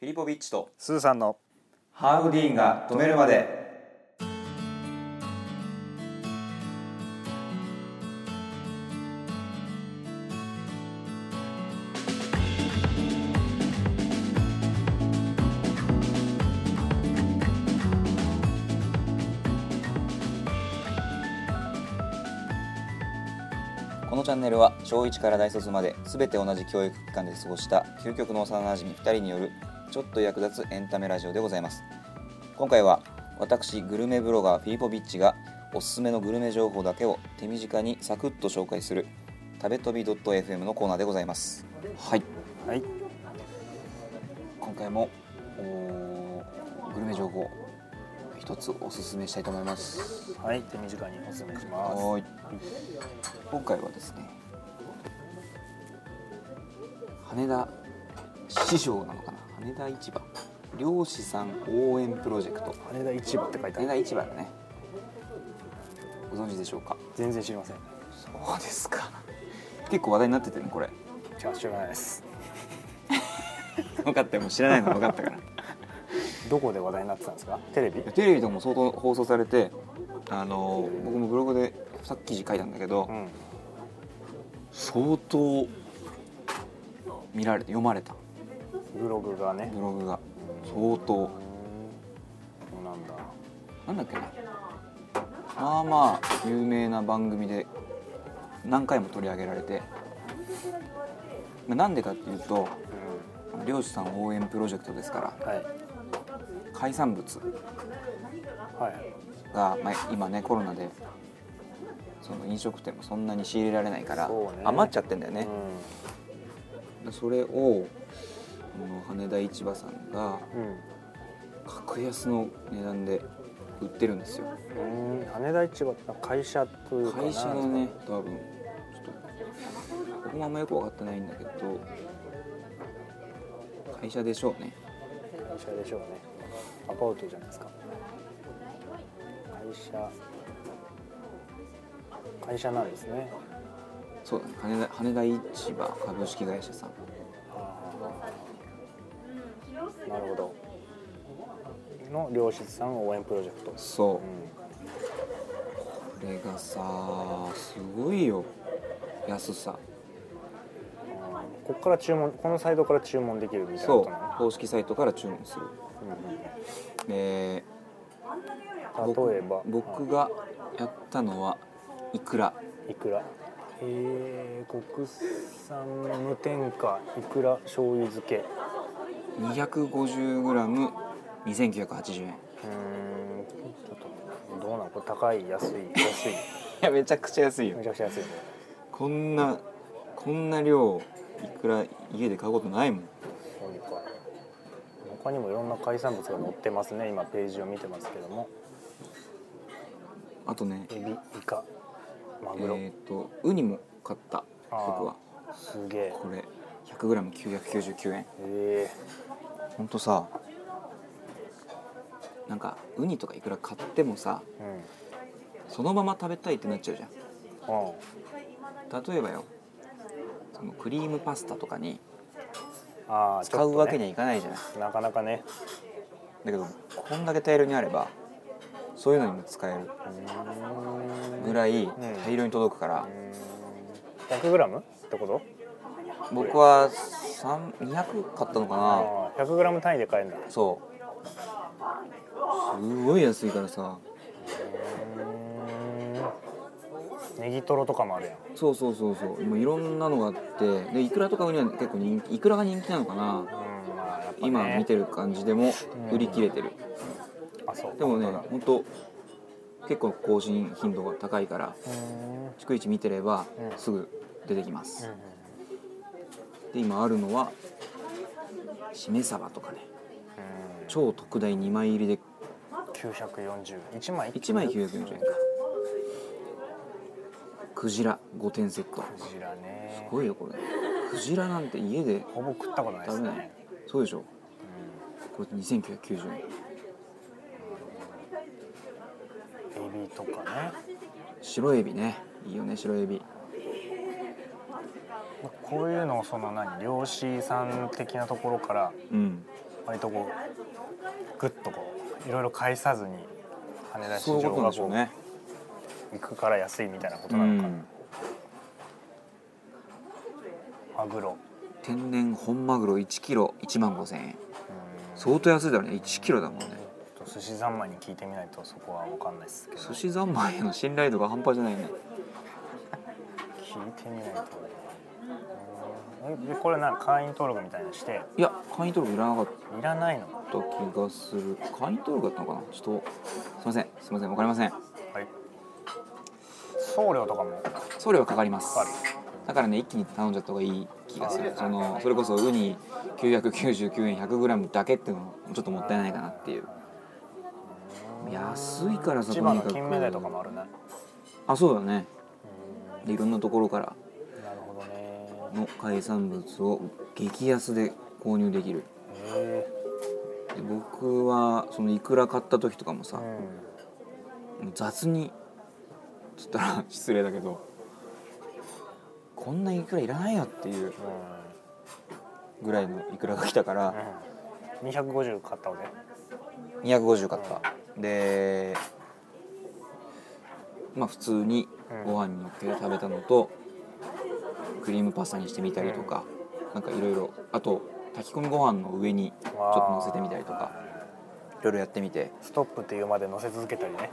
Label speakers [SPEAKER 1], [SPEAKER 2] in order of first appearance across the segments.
[SPEAKER 1] フィリポビッチと
[SPEAKER 2] スーさんの
[SPEAKER 1] ハーフディーンが止めるまでこのチャンネルは小1から大卒まで全て同じ教育機関で過ごした究極の幼馴染2人によるちょっと役立つエンタメラジオでございます今回は私グルメブロガーフィリポビッチがおすすめのグルメ情報だけを手短にサクッと紹介する食べ飛び .fm のコーナーでございますはい
[SPEAKER 2] はい
[SPEAKER 1] 今回もおーグルメ情報一つおすすめしたいと思います
[SPEAKER 2] はい手短にお勧めします
[SPEAKER 1] はい今回はですね羽田師匠なのかな羽田市場漁師さん応援プロジェクト
[SPEAKER 2] 羽田市場って書いてあ
[SPEAKER 1] 羽
[SPEAKER 2] る
[SPEAKER 1] 田市場だねご存知でしょうか
[SPEAKER 2] 全然知りません
[SPEAKER 1] そうですか結構話題になっててねこれ
[SPEAKER 2] じゃあ知らないです
[SPEAKER 1] 分かったよもう知ら ないの分かったから
[SPEAKER 2] どこで話題になってたんですかテレビ
[SPEAKER 1] テレビでも相当放送されてあの僕もブログでさっき記事書いたんだけど、
[SPEAKER 2] うん
[SPEAKER 1] 相当見られて読まれた
[SPEAKER 2] ブログがね
[SPEAKER 1] ブログが相当
[SPEAKER 2] うんそうなんだ
[SPEAKER 1] なんだっけなまあまあ有名な番組で何回も取り上げられてまあなんでかっていうと
[SPEAKER 2] う
[SPEAKER 1] 漁師さん応援プロジェクトですから
[SPEAKER 2] んはい
[SPEAKER 1] 海産物
[SPEAKER 2] はい
[SPEAKER 1] が、まあ、今ねコロナでその飲食店もそんなに仕入れられないから、
[SPEAKER 2] そうね
[SPEAKER 1] 余っちゃってんだよね
[SPEAKER 2] う、
[SPEAKER 1] でそれをこの羽田市場さんが
[SPEAKER 2] ん
[SPEAKER 1] 格安の値段で売ってるんですよ
[SPEAKER 2] うんうん羽田市場って会社というか
[SPEAKER 1] 会社の
[SPEAKER 2] なん
[SPEAKER 1] ね
[SPEAKER 2] ですか
[SPEAKER 1] 多分ちょっと僕もあんまよく分かってないんだけど会社でしょうね
[SPEAKER 2] 会社でしょうねアパートじゃないですか会社会社なんですね
[SPEAKER 1] そうだね羽田羽田市場株式会社さん
[SPEAKER 2] あーなるほどの良質さん応援プロジェクト、、
[SPEAKER 1] そううんこれがさすごいよ安さ
[SPEAKER 2] あーここから注文このサイドから注文できるみたいな
[SPEAKER 1] そ
[SPEAKER 2] こ
[SPEAKER 1] う
[SPEAKER 2] となの
[SPEAKER 1] 公式サイトから注文するで
[SPEAKER 2] うんうん、例えば
[SPEAKER 1] 僕がやったのはいくら
[SPEAKER 2] あいくらえー、国産無添加いくら醤油漬け
[SPEAKER 1] 250g2980 円
[SPEAKER 2] うーんちょっとどうなんこれ高い安い安い
[SPEAKER 1] いやめちゃくちゃ安いよ
[SPEAKER 2] めちゃくちゃ安いね
[SPEAKER 1] こんなこんな量いくら家で買うことないもん
[SPEAKER 2] そうか他にもいろんな海産物が載ってますね今ページを見てますけども
[SPEAKER 1] あとね
[SPEAKER 2] エビイカマ
[SPEAKER 1] え
[SPEAKER 2] グロ、
[SPEAKER 1] ーっとウニも買った
[SPEAKER 2] あー
[SPEAKER 1] 僕は
[SPEAKER 2] すげえ
[SPEAKER 1] これ 100g999 円
[SPEAKER 2] え
[SPEAKER 1] ほんとさなんかウニとかいくら買ってもさ
[SPEAKER 2] えうん
[SPEAKER 1] そのまま食べたいってなっちゃうじゃん
[SPEAKER 2] あ
[SPEAKER 1] 例えばよそのクリームパスタとかに
[SPEAKER 2] あああ
[SPEAKER 1] 使うわけに
[SPEAKER 2] に
[SPEAKER 1] はいかないじゃない、
[SPEAKER 2] なかなかね
[SPEAKER 1] だけどこんだけ大量にあればそういうのにも使える
[SPEAKER 2] うーん
[SPEAKER 1] ぐらい
[SPEAKER 2] ん
[SPEAKER 1] 大量に届くから、
[SPEAKER 2] 100g ってこと
[SPEAKER 1] 僕は3 200買ったのかな
[SPEAKER 2] ああ 100g 単位で買えるんだ
[SPEAKER 1] そうすごい安いからさ
[SPEAKER 2] うーんネギトロとかもあるやん
[SPEAKER 1] そうそうそうそうもういろんなのがあってでいくらとかウニは結構人気いくらが人気なのかな
[SPEAKER 2] うんまあやっぱね
[SPEAKER 1] 今見てる感じでも
[SPEAKER 2] うん
[SPEAKER 1] 売り切れてる、
[SPEAKER 2] あそう
[SPEAKER 1] でもね
[SPEAKER 2] 本
[SPEAKER 1] 本当結構更新頻度が高いから
[SPEAKER 2] 当だうーん
[SPEAKER 1] 逐一見てれば
[SPEAKER 2] うん
[SPEAKER 1] すぐ出てきます
[SPEAKER 2] う、ん
[SPEAKER 1] で今あるのはしめ鯖とかね
[SPEAKER 2] うん
[SPEAKER 1] 超特大2枚入りで
[SPEAKER 2] 940一枚
[SPEAKER 1] 1枚940円かクジラ5点セット
[SPEAKER 2] クジラね
[SPEAKER 1] すごいよこれクジラなんて家で
[SPEAKER 2] ほぼ食ったことないで
[SPEAKER 1] 食
[SPEAKER 2] す
[SPEAKER 1] べない
[SPEAKER 2] ね、
[SPEAKER 1] そうでしょこれ2990円
[SPEAKER 2] うん、エビとかね
[SPEAKER 1] 白エビねいいよね白エビ
[SPEAKER 2] こういうのをその何漁師さん的なところから
[SPEAKER 1] うん
[SPEAKER 2] 割とこうグッとこういろいろ返さずに羽田市
[SPEAKER 1] そういうことな
[SPEAKER 2] 場
[SPEAKER 1] ん
[SPEAKER 2] が
[SPEAKER 1] でしょ
[SPEAKER 2] こ
[SPEAKER 1] うね
[SPEAKER 2] う行くから安いみたいなこと
[SPEAKER 1] う
[SPEAKER 2] なのか、
[SPEAKER 1] ん
[SPEAKER 2] マグロ
[SPEAKER 1] 天然本マグロ1キロ1万5000円
[SPEAKER 2] うん
[SPEAKER 1] 相当安いだろうね1キロだもんね
[SPEAKER 2] ちょっと寿司三昧に聞いてみないとそこは分かんないですけど
[SPEAKER 1] 寿司三昧への信頼度が半端じゃないね
[SPEAKER 2] 聞いてみないとうんでこれなんか会員登録みたいなのして
[SPEAKER 1] いや会員登録いらなかっ
[SPEAKER 2] いらないの
[SPEAKER 1] た気がする会員登録だったのかなちょっとすいませんすいませんわかりません
[SPEAKER 2] はい送料とかも
[SPEAKER 1] 送料はかかります
[SPEAKER 2] かかる
[SPEAKER 1] だからね一気に頼んじゃった方がいい気がす
[SPEAKER 2] は
[SPEAKER 1] る
[SPEAKER 2] い
[SPEAKER 1] そのそれこそウニ999円 100g だけっていうのもちょっともったいないかなっていう安いからさ
[SPEAKER 2] 千葉の
[SPEAKER 1] とにかく
[SPEAKER 2] 金目鯛とかもあるね
[SPEAKER 1] あそうだね
[SPEAKER 2] う
[SPEAKER 1] でいろんなところから
[SPEAKER 2] んなるほどね
[SPEAKER 1] の海産物を激安で購入できる
[SPEAKER 2] え
[SPEAKER 1] で僕はそのいくら買った時とかも
[SPEAKER 2] え
[SPEAKER 1] さ、もう雑につったら 失礼だけどこんないくらいらないよっていう
[SPEAKER 2] うん
[SPEAKER 1] ぐらいのいくらが来たから
[SPEAKER 2] うん250買ったわけ
[SPEAKER 1] 250買った、でまあ普通にご飯にのっけて食べたのと、クリームパスタにしてみたりとか、なんかいろいろあと炊き込みご飯の上にちょっと乗せてみたりとかいろいろやってみて
[SPEAKER 2] ストップっていうまで乗せ続けたりね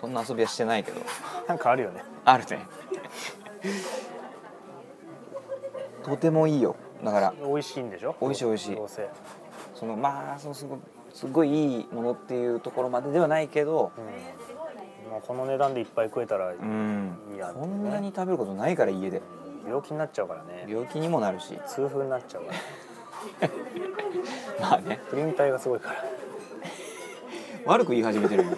[SPEAKER 1] そんな遊びはしてないけど
[SPEAKER 2] なんかあるよね
[SPEAKER 1] あるね とてもいいよだから
[SPEAKER 2] 美味しいんでしょ
[SPEAKER 1] 美味しい美味しい
[SPEAKER 2] どうせ
[SPEAKER 1] そのまあそのすごいすごいいいものっていうところまでではないけど
[SPEAKER 2] うんもうこの値段でいっぱい食えたら
[SPEAKER 1] うん
[SPEAKER 2] いや
[SPEAKER 1] こんなに食べることないから家で
[SPEAKER 2] 病気になっちゃうからね
[SPEAKER 1] 病気にもなるし
[SPEAKER 2] 痛風になっちゃうから
[SPEAKER 1] まあね
[SPEAKER 2] プリン体がすごいから
[SPEAKER 1] 悪く言い始めてるよね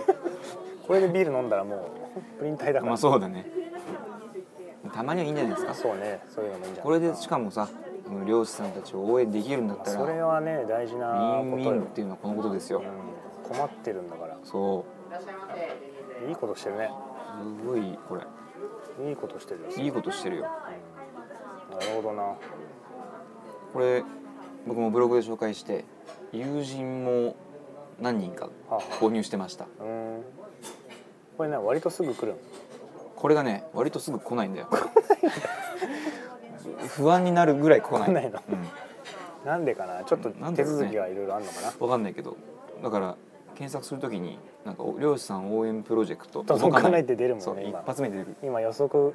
[SPEAKER 2] これでビール飲んだらもうプリン体だから、
[SPEAKER 1] まあそうだねたまにはいいんじゃないですか
[SPEAKER 2] そうねそういうのもいいんじゃ
[SPEAKER 1] こ
[SPEAKER 2] ない
[SPEAKER 1] れでしかもさその漁師さんたちを応援できるんだった
[SPEAKER 2] それ
[SPEAKER 1] ら
[SPEAKER 2] はね大事
[SPEAKER 1] ウ
[SPEAKER 2] な
[SPEAKER 1] ィン
[SPEAKER 2] こ
[SPEAKER 1] ウ
[SPEAKER 2] と
[SPEAKER 1] ィンっ
[SPEAKER 2] よ、
[SPEAKER 1] ていうのはこのことですよ
[SPEAKER 2] うん、困ってるんだから
[SPEAKER 1] そ
[SPEAKER 2] いいことしてるね
[SPEAKER 1] うすごいこれ
[SPEAKER 2] いいことしてるよ
[SPEAKER 1] いいことしてるよ
[SPEAKER 2] うんなるほどな
[SPEAKER 1] これ僕もブログで紹介して友人も何人か購入してました
[SPEAKER 2] うんこれね割とすぐ来るの
[SPEAKER 1] これがね割とすぐ来ないん だよ不安になるぐらい来ない
[SPEAKER 2] 来ないの
[SPEAKER 1] うん、
[SPEAKER 2] なんでかなちょっと
[SPEAKER 1] なんだろ
[SPEAKER 2] 手
[SPEAKER 1] うね
[SPEAKER 2] 続きがいろいろあるのかな
[SPEAKER 1] 分かんないけどだから検索するときになんかお漁師さん応援プロジェクト
[SPEAKER 2] 届かないって出るもんね
[SPEAKER 1] そう一
[SPEAKER 2] 今
[SPEAKER 1] 発目で出る
[SPEAKER 2] 今予測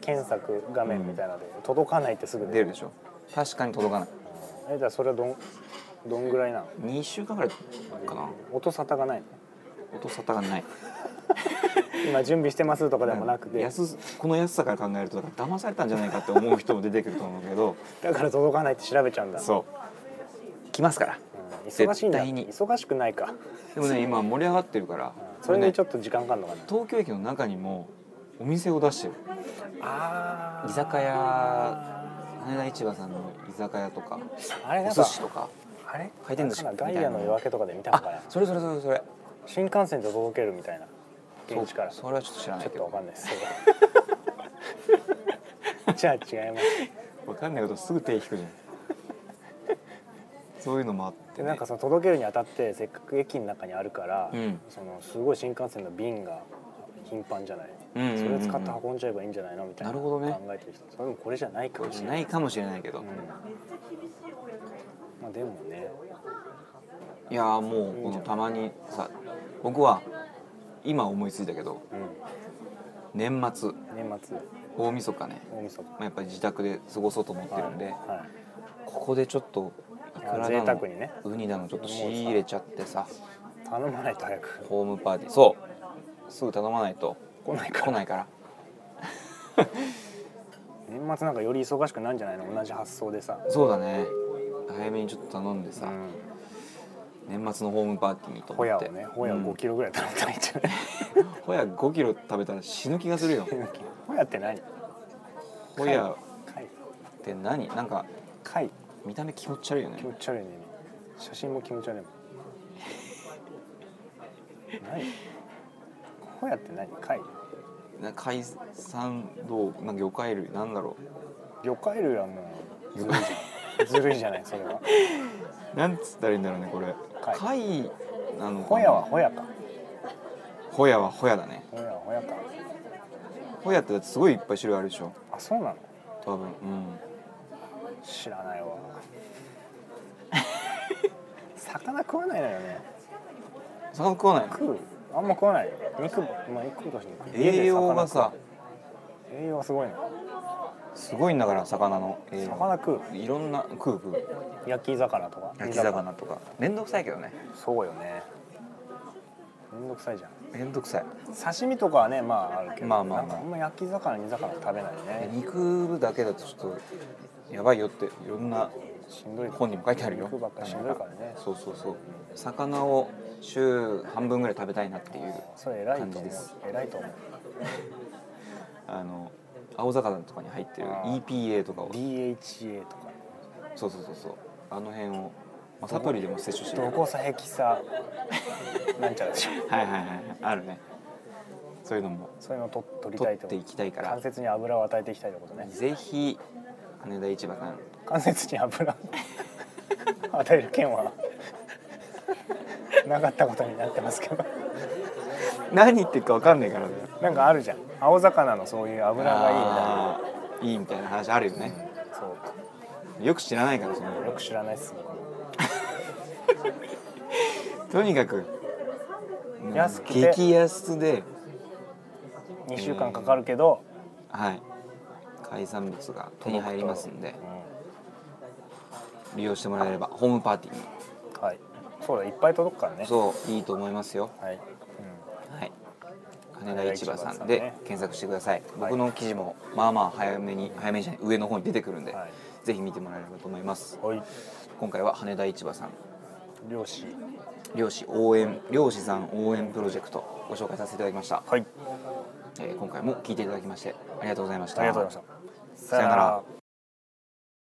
[SPEAKER 2] 検索画面みたいなので、届かないってすぐ
[SPEAKER 1] 出るでしょ確かに届かない
[SPEAKER 2] えじゃあそれはどんどんぐらいなの
[SPEAKER 1] 2週間ぐらいかな
[SPEAKER 2] 音沙汰がないの
[SPEAKER 1] 音沙汰がない
[SPEAKER 2] 今準備してますとかでもなくて
[SPEAKER 1] 安すこの安さから考えるとだから騙されたんじゃないかって思う人も出てくると思うけど
[SPEAKER 2] だから届かないって調べちゃうんだ、
[SPEAKER 1] そう来ますから
[SPEAKER 2] うん忙しいんだ
[SPEAKER 1] 絶対に
[SPEAKER 2] 忙しくないか、
[SPEAKER 1] でもね今盛り上がってるから
[SPEAKER 2] うんそれでちょ
[SPEAKER 1] っ
[SPEAKER 2] っと時間かかるのかな、
[SPEAKER 1] と東京駅の中にもお店を出してる
[SPEAKER 2] あー
[SPEAKER 1] 居酒屋羽田市場さんの居酒屋とか
[SPEAKER 2] あれ
[SPEAKER 1] お
[SPEAKER 2] なん
[SPEAKER 1] 寿
[SPEAKER 2] か
[SPEAKER 1] 司とか
[SPEAKER 2] あれ
[SPEAKER 1] 回転寿司
[SPEAKER 2] なんかガイアの夜明けとかで見たのかな
[SPEAKER 1] あそれそれそれそれ
[SPEAKER 2] 新幹線で届けるみたいな
[SPEAKER 1] そう
[SPEAKER 2] 現地からちょ
[SPEAKER 1] それはちょっと知らない
[SPEAKER 2] っ
[SPEAKER 1] け
[SPEAKER 2] とわ
[SPEAKER 1] ど
[SPEAKER 2] かんないです じゃあ違います
[SPEAKER 1] わかんないけどすぐ手引くじゃん そういうのもあって
[SPEAKER 2] で
[SPEAKER 1] ね
[SPEAKER 2] なんかその届けるにあたってせっかく駅の中にあるから、
[SPEAKER 1] うん
[SPEAKER 2] そのすごい新幹線の便が頻繁じゃない、
[SPEAKER 1] うんうんうんうん
[SPEAKER 2] それを使って運んじゃえばいいんじゃないのみたいな
[SPEAKER 1] なるほどね
[SPEAKER 2] 考えてる人それでもこれじゃないかもしれない
[SPEAKER 1] ないかもしれないけど、
[SPEAKER 2] うんまあ、でもね
[SPEAKER 1] いやーもうこのたまにさ僕は今思いついたけど
[SPEAKER 2] うん
[SPEAKER 1] 年末
[SPEAKER 2] 年末
[SPEAKER 1] 大晦日ね、
[SPEAKER 2] 大晦日
[SPEAKER 1] まあ、やっぱり自宅で過ごそうと思ってるんで、
[SPEAKER 2] はい
[SPEAKER 1] ここでちょっといくら
[SPEAKER 2] 贅
[SPEAKER 1] だの、
[SPEAKER 2] 沢にね
[SPEAKER 1] ウニだのちょっと仕入れちゃってさ
[SPEAKER 2] 頼まないと早く
[SPEAKER 1] ホームパーティーそうすぐ頼まないと
[SPEAKER 2] 来ないから
[SPEAKER 1] 来ないから
[SPEAKER 2] 年末なんかより忙しくなんじゃないの同じ発想でさ、
[SPEAKER 1] そうだね早めにちょっと頼んで
[SPEAKER 2] う
[SPEAKER 1] さ、
[SPEAKER 2] ん、
[SPEAKER 1] 年末のホームパーティーにと
[SPEAKER 2] ホ
[SPEAKER 1] 思
[SPEAKER 2] ヤ
[SPEAKER 1] っ
[SPEAKER 2] を
[SPEAKER 1] て
[SPEAKER 2] ねホヤを
[SPEAKER 1] うん
[SPEAKER 2] 5キロぐらい頼んだらいいんじゃ
[SPEAKER 1] ホヤ5キロ食べたら死ぬ気がするよ
[SPEAKER 2] ない ホヤって何
[SPEAKER 1] ホヤっ
[SPEAKER 2] 貝
[SPEAKER 1] て何なんか
[SPEAKER 2] 貝
[SPEAKER 1] 見た目気持ち悪いよね
[SPEAKER 2] 気持ち悪いね写真も気持ち悪いもん何ホヤって何貝
[SPEAKER 1] な海産どう、まあ、魚介類なんだろう
[SPEAKER 2] 魚介類はもうずるいじゃんずるいじゃないそれは
[SPEAKER 1] なんつったらいいんだろうねこれ
[SPEAKER 2] 貝
[SPEAKER 1] 貝なのかな
[SPEAKER 2] ホヤはホヤか
[SPEAKER 1] ホヤはホヤだね
[SPEAKER 2] ホヤはホヤか
[SPEAKER 1] ホヤってだってすごいいっぱい種類あるでしょ
[SPEAKER 2] あそうなの
[SPEAKER 1] 多分うん
[SPEAKER 2] 知らないわ魚食わないのよね
[SPEAKER 1] 魚食わない
[SPEAKER 2] 食うあんま食わないよ肉もまあ食うとしても家で
[SPEAKER 1] 栄養がさ
[SPEAKER 2] 魚食う栄養はすごいね
[SPEAKER 1] すごいんだから魚の栄養
[SPEAKER 2] 魚食う
[SPEAKER 1] いろんな食う食う
[SPEAKER 2] 焼き魚とか
[SPEAKER 1] 焼き魚とかめんどくさいけどね
[SPEAKER 2] 煮そうよねめんどくさいじゃん
[SPEAKER 1] めんどくさい
[SPEAKER 2] 刺身とかはねまああるけど、
[SPEAKER 1] まあまあまあ
[SPEAKER 2] なんかあんま焼き魚煮魚食べないね
[SPEAKER 1] 肉だけだとちょっとやばいよっていろんな
[SPEAKER 2] しんどい
[SPEAKER 1] 本にも書いてあるよ
[SPEAKER 2] 肉ばっかりしんどいからね
[SPEAKER 1] そうそうそう魚を週半分ぐらい食べたいなっていう
[SPEAKER 2] それ偉い
[SPEAKER 1] 感
[SPEAKER 2] と
[SPEAKER 1] じ
[SPEAKER 2] 思
[SPEAKER 1] で
[SPEAKER 2] う
[SPEAKER 1] す
[SPEAKER 2] 偉いと思う
[SPEAKER 1] あの青魚とかに入ってる
[SPEAKER 2] あー
[SPEAKER 1] EPA とかを
[SPEAKER 2] DHA とか
[SPEAKER 1] そうそうそうそうあの辺を、まあ、サプリでも摂取してる
[SPEAKER 2] ド
[SPEAKER 1] はい
[SPEAKER 2] コサヘ キサなんちゃらでしょ
[SPEAKER 1] はいはいはいあるねそういうのも
[SPEAKER 2] そういうのをと取りた
[SPEAKER 1] 取
[SPEAKER 2] い
[SPEAKER 1] っ
[SPEAKER 2] と
[SPEAKER 1] ていきたいか
[SPEAKER 2] 関
[SPEAKER 1] ら
[SPEAKER 2] 節に油を与えていきたいってことね
[SPEAKER 1] ぜひ羽田市場さん
[SPEAKER 2] 関節に油 を与える件はなかったことになってますけど
[SPEAKER 1] 何言ってるか分かんないからね
[SPEAKER 2] なんかあるじゃん青魚のそういう油がいいみ
[SPEAKER 1] あーいいみたいな話あるよね
[SPEAKER 2] たいなそ
[SPEAKER 1] よく知らないからその
[SPEAKER 2] うよく知らないっすね
[SPEAKER 1] とにかくうん
[SPEAKER 2] 安くて
[SPEAKER 1] 激安で
[SPEAKER 2] 2週間かかるけど、
[SPEAKER 1] はい海産物が手に入りますんで
[SPEAKER 2] う
[SPEAKER 1] 利用してもらえればホームパーティーに
[SPEAKER 2] んはいそうだいっぱい届くからね
[SPEAKER 1] そういいと思いますよ
[SPEAKER 2] はい、うん、
[SPEAKER 1] はい羽田市場さんで検索してください
[SPEAKER 2] はい
[SPEAKER 1] 僕の記事もまあまあ早めに早めじゃない上の方に出てくるんで、
[SPEAKER 2] はい
[SPEAKER 1] ぜひ見てもらえればと思います
[SPEAKER 2] はい
[SPEAKER 1] 今回は羽田市場さん
[SPEAKER 2] 漁師
[SPEAKER 1] 漁師応援漁師さん応援プロジェクトご紹介させていただきました、
[SPEAKER 2] はい
[SPEAKER 1] えー今回も聞いていただきましてありがとうございました
[SPEAKER 2] ありがとうございました
[SPEAKER 1] さようなら